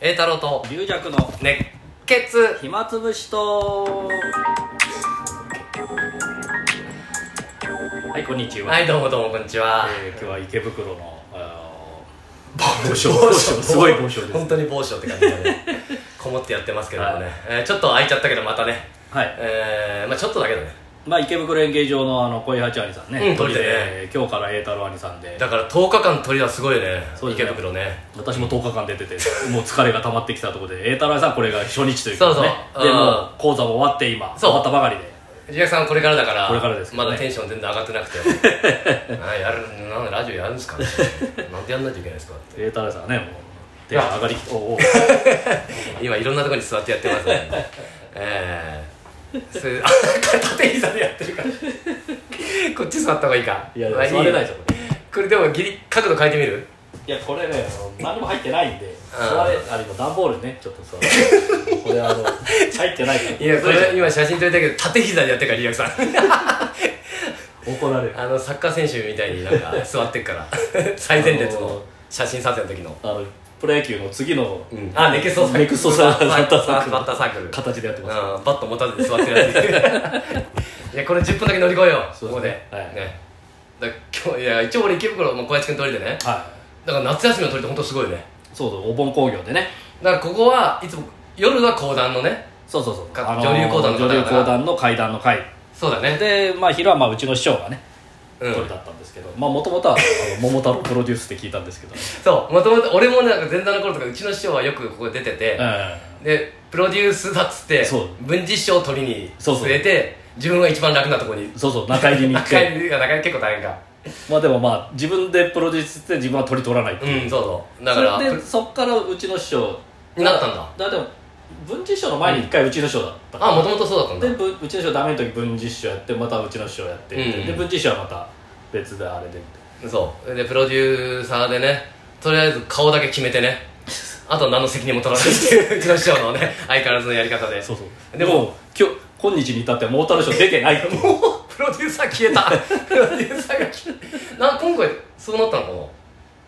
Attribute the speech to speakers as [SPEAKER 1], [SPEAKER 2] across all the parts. [SPEAKER 1] 栄太郎と
[SPEAKER 2] 龍弱の
[SPEAKER 1] 熱血
[SPEAKER 2] 暇つぶしとはいこんにちは、
[SPEAKER 1] はいどうもどうもこんにちは、
[SPEAKER 2] えー今日は池袋のあ
[SPEAKER 1] 暴
[SPEAKER 2] 走暴走すごい暴走です
[SPEAKER 1] 本当に暴走って感じだ ねこもってやってますけどもね、
[SPEAKER 2] はい
[SPEAKER 1] えーちょっと空いちゃったけどまたね
[SPEAKER 2] ーはい
[SPEAKER 1] えー、まあちょっとだけどね
[SPEAKER 2] まあ池袋演芸場のあの小井八兄さんね、
[SPEAKER 1] うん
[SPEAKER 2] 鳥で
[SPEAKER 1] 鳥でね
[SPEAKER 2] えー今日から栄太郎兄さんで
[SPEAKER 1] だから10日間鳥はすごいね
[SPEAKER 2] そうです
[SPEAKER 1] 池
[SPEAKER 2] ね
[SPEAKER 1] 袋ね
[SPEAKER 2] 私も10日間出ててもう疲れが溜まってきたところで栄太郎兄さんこれが初日ということで、ね、
[SPEAKER 1] そうそう
[SPEAKER 2] で
[SPEAKER 1] うん
[SPEAKER 2] もう講座も終わって今
[SPEAKER 1] そう
[SPEAKER 2] 終わったばかりで
[SPEAKER 1] リラさんこれからだから
[SPEAKER 2] これからですけど
[SPEAKER 1] ま
[SPEAKER 2] ね
[SPEAKER 1] だテンション全然上がってなくて あやるなんラジオやるんですか、ね、なんでやんないといけないんですかって
[SPEAKER 2] 栄太郎兄さんはねもう手が上がりおうおう
[SPEAKER 1] 今いろんなところに座ってやってます ねえー、それあ 片手膝でやってるからこっち座った方がいいか
[SPEAKER 2] いや
[SPEAKER 1] まあ
[SPEAKER 2] 座れないでしょこれ
[SPEAKER 1] これでもギリ角度変えてみる
[SPEAKER 2] いやこれねあの何も入ってないんで
[SPEAKER 1] あー
[SPEAKER 2] 座れあの段ボールにねちょっと座れこれあの入ってないから
[SPEAKER 1] いやこれ
[SPEAKER 2] 今
[SPEAKER 1] 今写真撮りたいけど縦膝でやってるからリアクさん
[SPEAKER 2] 怒られる
[SPEAKER 1] あのサッカー選手みたいになんか座ってっから最前列の写真撮影の時の
[SPEAKER 2] あのプロ野球の次の
[SPEAKER 1] うんあネクストサークル
[SPEAKER 2] ネクス トサークル
[SPEAKER 1] バッターサークル
[SPEAKER 2] バ
[SPEAKER 1] バッ
[SPEAKER 2] ッタ
[SPEAKER 1] ターサークル
[SPEAKER 2] 形でやってます
[SPEAKER 1] うんバット持たずに座ってるやつ いやこれ10分だけ乗り越えよう
[SPEAKER 2] そう
[SPEAKER 1] ここで、
[SPEAKER 2] ですねはい
[SPEAKER 1] ねだ今日いや一応俺池袋も小林君通りでね
[SPEAKER 2] は
[SPEAKER 1] だから夏休みの通りって本当すごいね
[SPEAKER 2] いそうそうお盆工業でね
[SPEAKER 1] だからここはいつも夜は講談のね
[SPEAKER 2] そうそうそう
[SPEAKER 1] か女流講談の方々
[SPEAKER 2] 女流講談の会談の会
[SPEAKER 1] そうだね
[SPEAKER 2] でまあ昼はまあうちの師匠がね
[SPEAKER 1] うん
[SPEAKER 2] これだったんですけどまあもともとはあの桃太郎プロデュースって聞いたんですけどね
[SPEAKER 1] そうもともと俺もなんか前座の頃とかうちの師匠はよくここ出てて、
[SPEAKER 2] う
[SPEAKER 1] でプロデュースだっつって
[SPEAKER 2] そう
[SPEAKER 1] 文治師匠を取りに
[SPEAKER 2] そうそう
[SPEAKER 1] 連れて自分が一番楽なとこに
[SPEAKER 2] んそうそう中入りに行っ
[SPEAKER 1] 中
[SPEAKER 2] て
[SPEAKER 1] 居がなかなか結構大変か
[SPEAKER 2] まあでもまあ自分でプロデュースして自分は取り取らないっていう
[SPEAKER 1] うんそうそうだから
[SPEAKER 2] それでそっからうちの師匠
[SPEAKER 1] になったんだ
[SPEAKER 2] だでも文治師匠の前に一回うちの師匠だったから
[SPEAKER 1] あもともとそうだったんだ
[SPEAKER 2] でぶうちの師匠ダメの時文治師匠やってまたうちの師匠やってみたいな、
[SPEAKER 1] うん
[SPEAKER 2] で文治師匠はまた別であれでみたい
[SPEAKER 1] そうでプロデューサーでねとりあえず顔だけ決めてねあとは何の責任も取らないっていううちの師匠のね相変わらずのやり方で
[SPEAKER 2] なそうそう
[SPEAKER 1] で
[SPEAKER 2] で
[SPEAKER 1] も
[SPEAKER 2] も今日今日に至ってはモータルショー出てないっていう
[SPEAKER 1] もうプロデューサー消えたプロデューサーが消えたな今回そうなったのか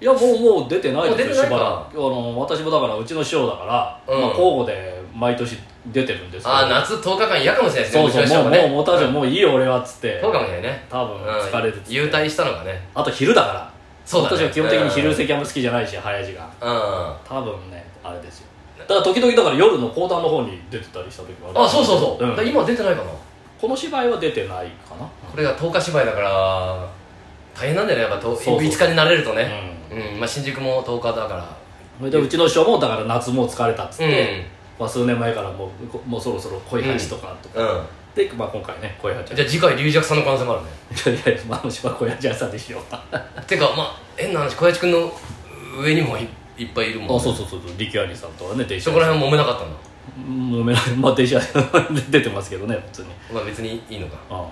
[SPEAKER 2] いやもうもう出てないですよし
[SPEAKER 1] もう出てないか
[SPEAKER 2] ばらくあの私もだからうちの師匠だから、
[SPEAKER 1] うん
[SPEAKER 2] まあ、交互で毎年出てるんですけど
[SPEAKER 1] なあ夏10日間嫌かもしれないですね
[SPEAKER 2] そうそ
[SPEAKER 1] ちの
[SPEAKER 2] う
[SPEAKER 1] 師匠
[SPEAKER 2] もう,、
[SPEAKER 1] がね
[SPEAKER 2] もうモータルショーもういいよ俺はっつって
[SPEAKER 1] そうかもしれないね
[SPEAKER 2] 多分疲れて
[SPEAKER 1] うん
[SPEAKER 2] て、
[SPEAKER 1] 優待したのがね
[SPEAKER 2] あと昼だから
[SPEAKER 1] そうだね
[SPEAKER 2] 私は基本的に昼席あんま好きじゃないし早時間
[SPEAKER 1] うんあ
[SPEAKER 2] 多分ねあれですよだから時々だから夜の講談の方に出てたりした時はある
[SPEAKER 1] そうそうそう、
[SPEAKER 2] うん
[SPEAKER 1] だから今出てないかな
[SPEAKER 2] この芝居は出てないかな
[SPEAKER 1] これが10日芝居だから大変なんだよねやっぱと
[SPEAKER 2] そうそう
[SPEAKER 1] 5日になれるとねうん、まあ、新宿も10日だから
[SPEAKER 2] それでうちの師匠もだから夏もう疲れたっつっ
[SPEAKER 1] う
[SPEAKER 2] て、
[SPEAKER 1] ん
[SPEAKER 2] まあ、数年前からもうこもうそろそろ恋八とかとか、
[SPEAKER 1] うん
[SPEAKER 2] で、まあ、今回ね恋八
[SPEAKER 1] じゃあ次回龍尺さんの可能性もあるね
[SPEAKER 2] いやいや、まあ、あの芝居恋八屋さんでしようあ
[SPEAKER 1] てかまあ変な話小林君の上にもいいっぱいいるもん、ね、
[SPEAKER 2] そうそうそうそう力兄さんとはね弟子
[SPEAKER 1] そこら辺は揉めなかったんだ
[SPEAKER 2] 揉めないまあ弟子は出てますけどね普通に
[SPEAKER 1] まあ別にいいのか
[SPEAKER 2] あ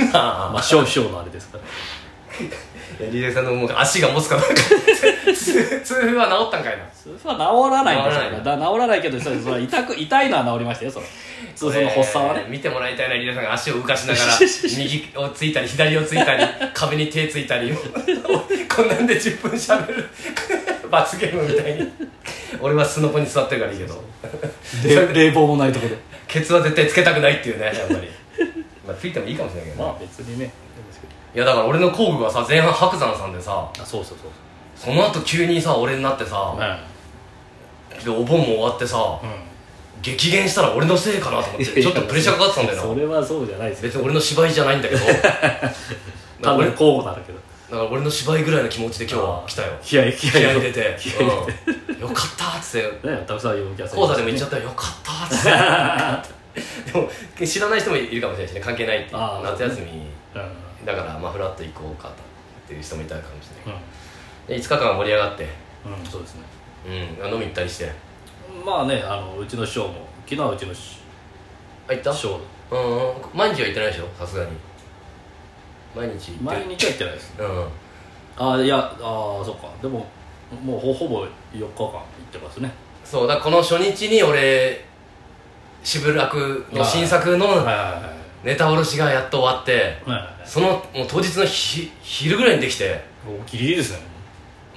[SPEAKER 1] うん
[SPEAKER 2] あ
[SPEAKER 1] ま
[SPEAKER 2] まあ師匠師匠のあれですから
[SPEAKER 1] あ龍尺さんのもう足が持つかなんか痛痛風は治ったんかいな
[SPEAKER 2] 痛風は治らないんですよ
[SPEAKER 1] 治ら
[SPEAKER 2] ねだ治らないけどそれそれ痛く痛いのは治りましたよそれ痛風の発作は
[SPEAKER 1] こ
[SPEAKER 2] ね
[SPEAKER 1] れ見てもらいたいなリレさんが足を浮かしなが ら右をついたり左をついたり壁に手ついたり こんなんで10分しゃべる 罰ゲームみたいに俺はスノポに座ってるからいいけど
[SPEAKER 2] で冷房もないところで
[SPEAKER 1] ケツは絶対つけたくないっていうねやっ ぱりまあついてもいいかもしれないけどね、
[SPEAKER 2] まあ別にね
[SPEAKER 1] いやだから俺の工具がさ前半白山さんでさ
[SPEAKER 2] あそうそうそう
[SPEAKER 1] その後急にさ俺になってさ、でお盆も終わってさ、激減したら俺のせいかなと思ってちょっとプレッシャーかかってたんだよ
[SPEAKER 2] そ
[SPEAKER 1] な
[SPEAKER 2] れはそうじゃないですよ
[SPEAKER 1] 別に俺の芝居じゃないんだ けどだから
[SPEAKER 2] 多
[SPEAKER 1] 俺
[SPEAKER 2] 分交互なんだけど
[SPEAKER 1] だから俺の芝居ぐらいの気持ちで今日は来たよ
[SPEAKER 2] 気合い気合
[SPEAKER 1] 気
[SPEAKER 2] い
[SPEAKER 1] 合入れて
[SPEAKER 2] 気合い入れて、
[SPEAKER 1] うんよかったっつって
[SPEAKER 2] ねたくさん読む気がする
[SPEAKER 1] 講座でも言っちゃったらよかったっつ ってでも知らない人もいるかもしれないしね関係ないっていう
[SPEAKER 2] あー
[SPEAKER 1] 夏休み
[SPEAKER 2] うん
[SPEAKER 1] だからまあフラッと行こうかとっていう人もいたかもしれないで5日間盛り上がって、
[SPEAKER 2] うん、うん、そうですね
[SPEAKER 1] うん、飲み行ったりして
[SPEAKER 2] まあねあのうちの師匠も昨日はうちの師
[SPEAKER 1] あ行った
[SPEAKER 2] 匠
[SPEAKER 1] うんうん毎日は行ってないでしょさすがに毎日行って
[SPEAKER 2] 前に行ってないです
[SPEAKER 1] うん
[SPEAKER 2] あいやああそっかでももうほほぼ4日間行ってますね
[SPEAKER 1] そうだからこの初日に俺渋楽の新作の
[SPEAKER 2] はいはいはい
[SPEAKER 1] ネタ卸しがやっと終わってそのもう当日のひ昼ぐらいにできて
[SPEAKER 2] おギリギリですね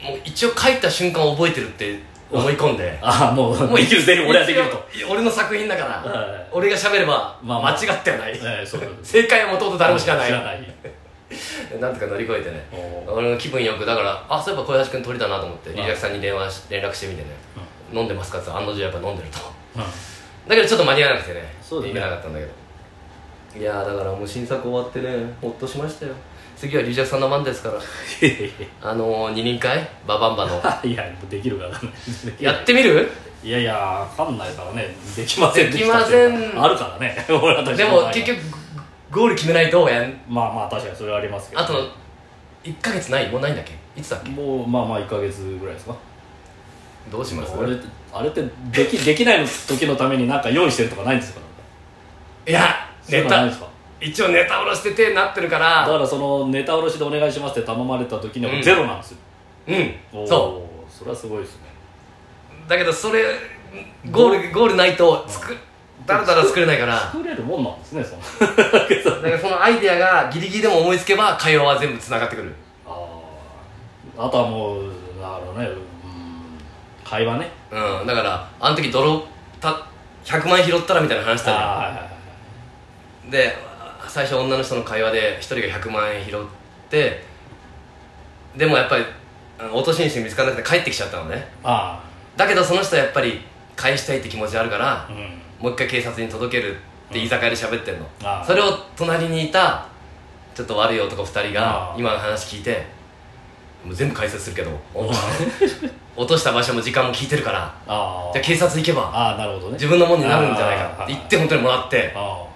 [SPEAKER 1] もう一応帰った瞬間覚えてるって思い込んで
[SPEAKER 2] ああもう もう生きる全員俺はできると
[SPEAKER 1] 一応俺の作品だから、
[SPEAKER 2] はい
[SPEAKER 1] 俺が喋れば
[SPEAKER 2] まあまあ
[SPEAKER 1] 間違ってはない、
[SPEAKER 2] ええそうそうそう
[SPEAKER 1] 正解はもともと誰も知らない
[SPEAKER 2] 知らない
[SPEAKER 1] なんとか乗り越えてね
[SPEAKER 2] お
[SPEAKER 1] 俺の気分よくだからあそういえば小林君鳥だなと思ってリ
[SPEAKER 2] まあ
[SPEAKER 1] ラクさんに電話し連絡してみてね、飲んでますかって言ったら案の定やっぱ飲んでると
[SPEAKER 2] うん
[SPEAKER 1] だけどちょっと間に合わなくてね
[SPEAKER 2] そうだね
[SPEAKER 1] 行けなかったんだけどいやーだからもう新作終わってねほっとしましたよ次はリジャクさんの番ですから
[SPEAKER 2] いやいやい
[SPEAKER 1] あのー、二人会ババンバの
[SPEAKER 2] やいやもうできるか分かんない
[SPEAKER 1] やってみ る
[SPEAKER 2] いやいや分かんないからねできません
[SPEAKER 1] できません
[SPEAKER 2] でしたあるからね俺は私
[SPEAKER 1] で
[SPEAKER 2] の場合
[SPEAKER 1] も
[SPEAKER 2] は
[SPEAKER 1] 結局ゴール決めないとやん
[SPEAKER 2] まあまあ確かにそれはありますけど
[SPEAKER 1] あと1ヶ月ないもうないんだっけいつだっけ
[SPEAKER 2] もうまあまあ1か月ぐらいですか
[SPEAKER 1] どうします
[SPEAKER 2] あれってあれってできできない時のためになんか用意してるとかないんですか
[SPEAKER 1] いや
[SPEAKER 2] そうい
[SPEAKER 1] ネ
[SPEAKER 2] うのない
[SPEAKER 1] タ
[SPEAKER 2] んですか
[SPEAKER 1] 一応ネタ下ろしててなってるから
[SPEAKER 2] だからそのネタおろしでお願いしますって頼まれた時にはもうゼロなんですよ、
[SPEAKER 1] うん
[SPEAKER 2] おー
[SPEAKER 1] そ
[SPEAKER 2] それはすごいですね
[SPEAKER 1] うだけどそれゴールゴールないと作だらだら作れないから
[SPEAKER 2] 作れるもんなんです ねその
[SPEAKER 1] だから そのアイデアがギリギリでも思いつけば会話は全部つながってくる
[SPEAKER 2] あーあとはもうだからねうん会話ね
[SPEAKER 1] うんだからあの時泥た100万拾ったらみたいな話したじゃん
[SPEAKER 2] あーはいはいはい
[SPEAKER 1] で最初女の人の会話で1人が100万円拾ってでもやっぱりあの落とし主見つからなくて帰ってきちゃったのね
[SPEAKER 2] あ
[SPEAKER 1] だけどその人はやっぱり返したいって気持ちあるから
[SPEAKER 2] あうん
[SPEAKER 1] もう一回警察に届けるって居酒屋で喋ってんの
[SPEAKER 2] あー
[SPEAKER 1] それを隣にいたちょっと悪い男2人が
[SPEAKER 2] あー
[SPEAKER 1] 今の話聞いてもう全部解説するけど落とした場所も時間も聞いてるから
[SPEAKER 2] あ
[SPEAKER 1] じ
[SPEAKER 2] ー
[SPEAKER 1] ゃあ警察行けば
[SPEAKER 2] あーなるほどね
[SPEAKER 1] 自分のものになるんじゃないか
[SPEAKER 2] あ
[SPEAKER 1] っ
[SPEAKER 2] ー
[SPEAKER 1] て言って本当にもらって
[SPEAKER 2] あ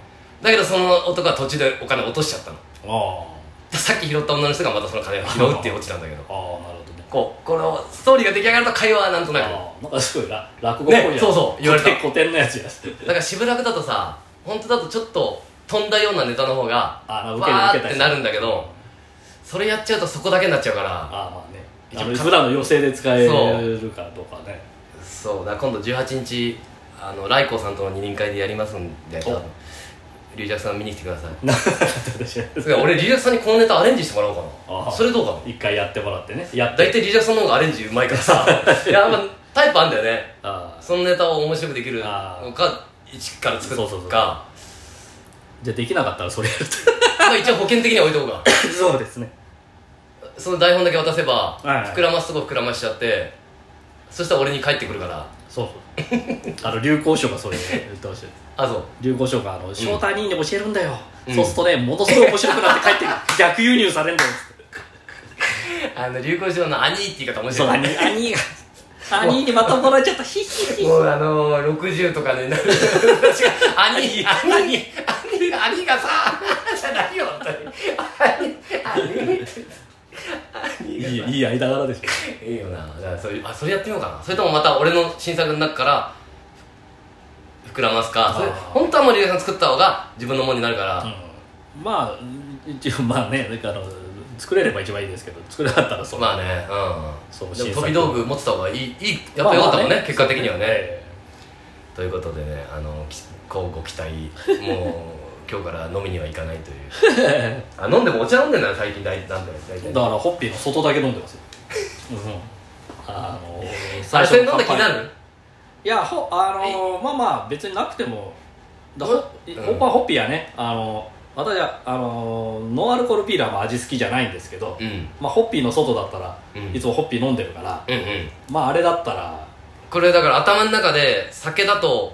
[SPEAKER 1] だけどその男は途中でお金落としちゃったの
[SPEAKER 2] ーあ
[SPEAKER 1] さっき拾った女の人がまたその金を拾うっていうオチなんだけど
[SPEAKER 2] ーあーなるほどね
[SPEAKER 1] こうこのストーリーが出来上がると会話はなんとなく
[SPEAKER 2] あーなんかすごいら落語っぽいやつ、
[SPEAKER 1] ねそうそう言われた
[SPEAKER 2] 古典古典のや つや
[SPEAKER 1] だから渋楽だとさ本当だとちょっと飛んだようなネタの方が
[SPEAKER 2] あー
[SPEAKER 1] わ
[SPEAKER 2] 受ける受
[SPEAKER 1] ー
[SPEAKER 2] け
[SPEAKER 1] った
[SPEAKER 2] り
[SPEAKER 1] て
[SPEAKER 2] す
[SPEAKER 1] なるんだけどそれやっちゃうとそこだけになっちゃうから
[SPEAKER 2] ああまあね
[SPEAKER 1] 一応
[SPEAKER 2] あの
[SPEAKER 1] か
[SPEAKER 2] 普段の寄席で使えるかどうかね
[SPEAKER 1] そうだから今度18日あのライコさんとの二人会でやりますんで
[SPEAKER 2] お
[SPEAKER 1] 龍尺さん見に来てください
[SPEAKER 2] なんか 私
[SPEAKER 1] それから俺龍尺さんにこのネタアレンジしてもらおうか
[SPEAKER 2] あ
[SPEAKER 1] な
[SPEAKER 2] ー
[SPEAKER 1] それどうかな
[SPEAKER 2] 一回やってもらってねやって
[SPEAKER 1] 大体龍尺さんの方がアレンジうまいからさ いや、まあ、タイプあんだよね
[SPEAKER 2] ああ
[SPEAKER 1] そのネタを面白くできるの
[SPEAKER 2] あー
[SPEAKER 1] か一から作るか
[SPEAKER 2] そうそうそうじゃあできなかったらそれやる
[SPEAKER 1] まあ一応保険的には置いとこうか
[SPEAKER 2] と そうですね
[SPEAKER 1] その台本だけ渡せば
[SPEAKER 2] いはい
[SPEAKER 1] 膨らますとこ膨らましちゃってそしたら俺に帰ってくるから
[SPEAKER 2] そうそうあの流行賞がそれを言ってほしい
[SPEAKER 1] あそう
[SPEAKER 2] 流行賞があの翔太兄に教えるんだよ、
[SPEAKER 1] うん
[SPEAKER 2] そうするとねものすごい面白くなって帰ってくる逆輸入されるんだよつって
[SPEAKER 1] あの流行上の「兄」って言い方面
[SPEAKER 2] そう
[SPEAKER 1] 白い
[SPEAKER 2] 兄兄が兄にまたもらえちゃったヒヒヒ
[SPEAKER 1] もうあのー、60とかでなる私が「兄」「兄」「兄」「兄」がさ じゃないよ本当に「兄」「兄」
[SPEAKER 2] いいいい間柄でしょ
[SPEAKER 1] いいよなじゃあそれあそれやってみようかなそれともまた俺の新作の中から膨らますかそれ
[SPEAKER 2] あー
[SPEAKER 1] 本当はもう龍谷さん作った方が自分のもんになるから、
[SPEAKER 2] うんまあ一応まあねなんかあの作れれば一番いいですけど作れなかったらそう
[SPEAKER 1] まあねうん
[SPEAKER 2] そう
[SPEAKER 1] で
[SPEAKER 2] 新
[SPEAKER 1] も
[SPEAKER 2] 作
[SPEAKER 1] 飛び道具持ってた方がいいいいやっぱよかったもんね,、
[SPEAKER 2] まあまあ
[SPEAKER 1] 結果的にはね、
[SPEAKER 2] え
[SPEAKER 1] ということでねあのきこうご期 待もう今日から飲みには行かないというあ飲んでもお茶飲んでんだよ最近大なんだよ大
[SPEAKER 2] え
[SPEAKER 1] 体
[SPEAKER 2] だからホッピーの外だけ飲んでますよ、うんあの
[SPEAKER 1] あれそれ飲んだ
[SPEAKER 2] 乾杯
[SPEAKER 1] 気になる
[SPEAKER 2] いやほあのまあまあ別になくてもだほ、
[SPEAKER 1] うん
[SPEAKER 2] ホッパーホッピーはねあの私はあのノンアルコールビールはまあ味好きじゃないんですけど、
[SPEAKER 1] うん
[SPEAKER 2] まあ、ホッピーの外だったら、
[SPEAKER 1] うん
[SPEAKER 2] いつもホッピー飲んでるから、
[SPEAKER 1] うんうん
[SPEAKER 2] まああれだったら
[SPEAKER 1] これだから頭の中で酒だと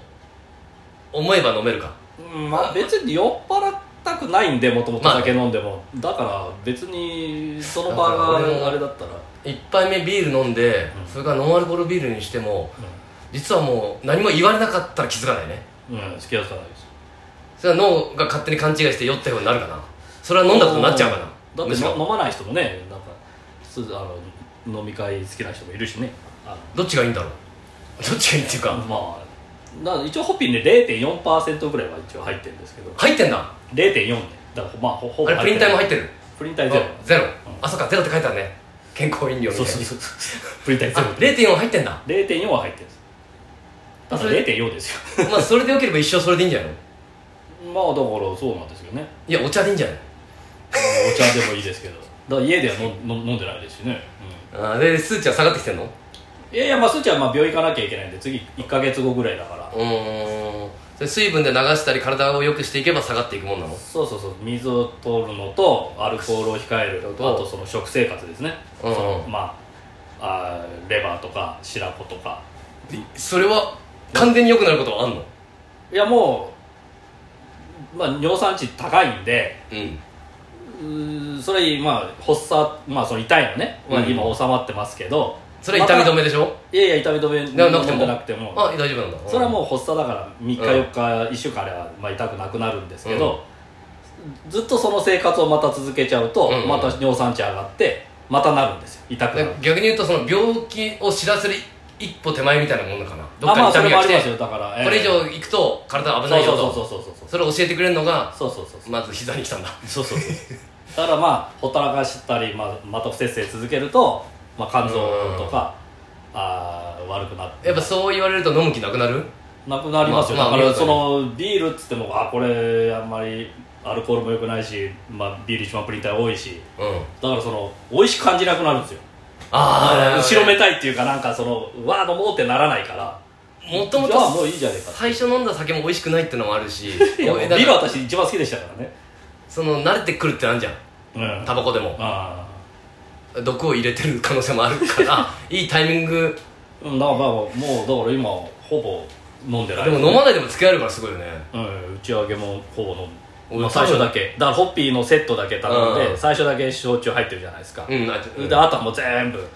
[SPEAKER 1] 思えば飲めるか
[SPEAKER 2] うんまあ別に酔っ払ったくないんでもともと酒飲んでも、だから別にその場
[SPEAKER 1] だから俺も
[SPEAKER 2] があれだったら、
[SPEAKER 1] 一杯目ビール飲んで、
[SPEAKER 2] うん
[SPEAKER 1] それからノンアルコールビールにしても実はもう何も言われなかったら気づかないね
[SPEAKER 2] うん、うん、付き合うしかないです
[SPEAKER 1] それは脳が勝手に勘違いして酔ったようになるかなそれは飲んだことになっちゃうか
[SPEAKER 2] だ
[SPEAKER 1] な
[SPEAKER 2] っ
[SPEAKER 1] む
[SPEAKER 2] て
[SPEAKER 1] し
[SPEAKER 2] の
[SPEAKER 1] ろ
[SPEAKER 2] 飲まない人もねなんかすあの飲み会好きな人もいるしねあ
[SPEAKER 1] どっちがいいんだ ろうどっちがいいっていうか、
[SPEAKER 2] のまあだから一応ホッピーね0.4%ぐらいは一応入ってるんですけど
[SPEAKER 1] 入ってんだ
[SPEAKER 2] 0.4でだからまあほほ
[SPEAKER 1] あ
[SPEAKER 2] ぼ
[SPEAKER 1] れプリン体も入って
[SPEAKER 2] る
[SPEAKER 1] てる
[SPEAKER 2] プリン体ゼロ
[SPEAKER 1] あゼロあそっかゼロって書いてあるね健康飲料みたい
[SPEAKER 2] そ
[SPEAKER 1] うな
[SPEAKER 2] そうそうそう プリン体ゼロ
[SPEAKER 1] あ0.4入ってん だ
[SPEAKER 2] 0.4は入ってるんですだから0.4ですよ
[SPEAKER 1] まあそれでよければ一生それでいいんじゃないの
[SPEAKER 2] まあだからそうなんですよね
[SPEAKER 1] いやお茶でいいんじゃない
[SPEAKER 2] あのお茶でもいいですけどだから家では飲ん飲ん飲んでないですしね、
[SPEAKER 1] あーで数値は下がってきてんの
[SPEAKER 2] うんいやいやまあそっちはまあ病院行かなきゃいけないんで次1か月後ぐらいだから
[SPEAKER 1] うーんそれ水分で流したり体を良くしていけば下がっていくもんなの
[SPEAKER 2] そうそうそう水を取るのとアルコールを控える
[SPEAKER 1] そ
[SPEAKER 2] あ
[SPEAKER 1] う
[SPEAKER 2] とその食生活ですね、
[SPEAKER 1] うん
[SPEAKER 2] そのまああーレバーとか白子とか
[SPEAKER 1] それは完全に良くなることはあんの
[SPEAKER 2] いやもう、まあ、尿酸値高いんで
[SPEAKER 1] うん
[SPEAKER 2] うーそれまあ発作まあその痛いのね、まあ、
[SPEAKER 1] うん
[SPEAKER 2] 今収まってますけど、
[SPEAKER 1] それは痛み止
[SPEAKER 2] め
[SPEAKER 1] めでしょ、
[SPEAKER 2] いやいや痛み止め
[SPEAKER 1] ななくても
[SPEAKER 2] 飲んでなくても
[SPEAKER 1] あ大丈夫なんだ
[SPEAKER 2] それはもう発作だから3日
[SPEAKER 1] うん
[SPEAKER 2] 4日1週間あれば、まあ、痛くなくなるんですけど、ずっとその生活をまた続けちゃうと、
[SPEAKER 1] うんうん
[SPEAKER 2] また尿酸値上がってまたなるんですよ痛く
[SPEAKER 1] だ
[SPEAKER 2] なる
[SPEAKER 1] から逆に言うとその病気を知らせる一歩手前みたいなもんだからどっ
[SPEAKER 2] あ
[SPEAKER 1] か
[SPEAKER 2] ま
[SPEAKER 1] に
[SPEAKER 2] あそ
[SPEAKER 1] 痛
[SPEAKER 2] れ
[SPEAKER 1] み
[SPEAKER 2] も
[SPEAKER 1] が来
[SPEAKER 2] あり
[SPEAKER 1] て、
[SPEAKER 2] ますよだから、ええ
[SPEAKER 1] これ以上行くと体危ないよと
[SPEAKER 2] そうそうそうそうそう
[SPEAKER 1] それを教えてくれるのが
[SPEAKER 2] そうそうそうそう
[SPEAKER 1] まず膝に来たんだ
[SPEAKER 2] そうそうそうだからまあほったらかしたり、まあ、また不摂生続けると、まあ、肝臓とか、あー悪くなって
[SPEAKER 1] やっぱそう言われると飲む気なくなる
[SPEAKER 2] なくなりますよ、
[SPEAKER 1] まあまあ
[SPEAKER 2] だか
[SPEAKER 1] 見
[SPEAKER 2] ら
[SPEAKER 1] 事
[SPEAKER 2] そ
[SPEAKER 1] に
[SPEAKER 2] のビールっつってもあこれあんまりアルコールも良くないし、まあ、ビール一番プリン体多いし
[SPEAKER 1] うん
[SPEAKER 2] だからその美味しく感じなくなるんですよ
[SPEAKER 1] ああ
[SPEAKER 2] 後ろめたいっていうかなんかそのうわー飲もうってならないから
[SPEAKER 1] もともと
[SPEAKER 2] じゃあもういいじゃねえか
[SPEAKER 1] 最初飲んだ酒も美味しくないってのもあるし
[SPEAKER 2] いやも
[SPEAKER 1] お
[SPEAKER 2] うビ
[SPEAKER 1] いだ
[SPEAKER 2] ー
[SPEAKER 1] か
[SPEAKER 2] ル
[SPEAKER 1] ら
[SPEAKER 2] 私一番好きでしたからね
[SPEAKER 1] その慣れてくるってあるじゃん
[SPEAKER 2] うん
[SPEAKER 1] タバコでも
[SPEAKER 2] あ
[SPEAKER 1] 毒を入れてる可能性もあるから いいタイミング
[SPEAKER 2] ーうんだからまあもうだから今ほぼ飲んでない
[SPEAKER 1] でも飲まないでも付き合えるからすごいよね
[SPEAKER 2] うん、打ち上げもほぼ飲む、
[SPEAKER 1] 俺
[SPEAKER 2] まあ、最初だけだからホッピーのセットだけ頼んで、
[SPEAKER 1] うん
[SPEAKER 2] 最初だけ焼酎入ってるじゃないですか、
[SPEAKER 1] うんあうん
[SPEAKER 2] であとはもう全部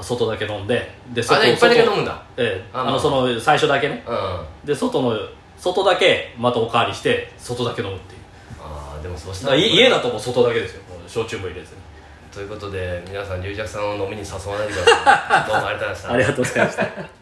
[SPEAKER 2] 外だけ飲んでで
[SPEAKER 1] あれ一杯だけ飲むんだ
[SPEAKER 2] ええ
[SPEAKER 1] あ
[SPEAKER 2] あ
[SPEAKER 1] まあ
[SPEAKER 2] のその最初だけね
[SPEAKER 1] うんあ
[SPEAKER 2] で外の外だけまたおかわりして外だけ飲むっていう
[SPEAKER 1] あでもそうした
[SPEAKER 2] だから
[SPEAKER 1] ら
[SPEAKER 2] い家だともう外だけですよもう焼酎も入れずに
[SPEAKER 1] ということで皆さん龍尺さんを飲みに誘わないでくださいどうもありがとうございました
[SPEAKER 2] ありがとうございました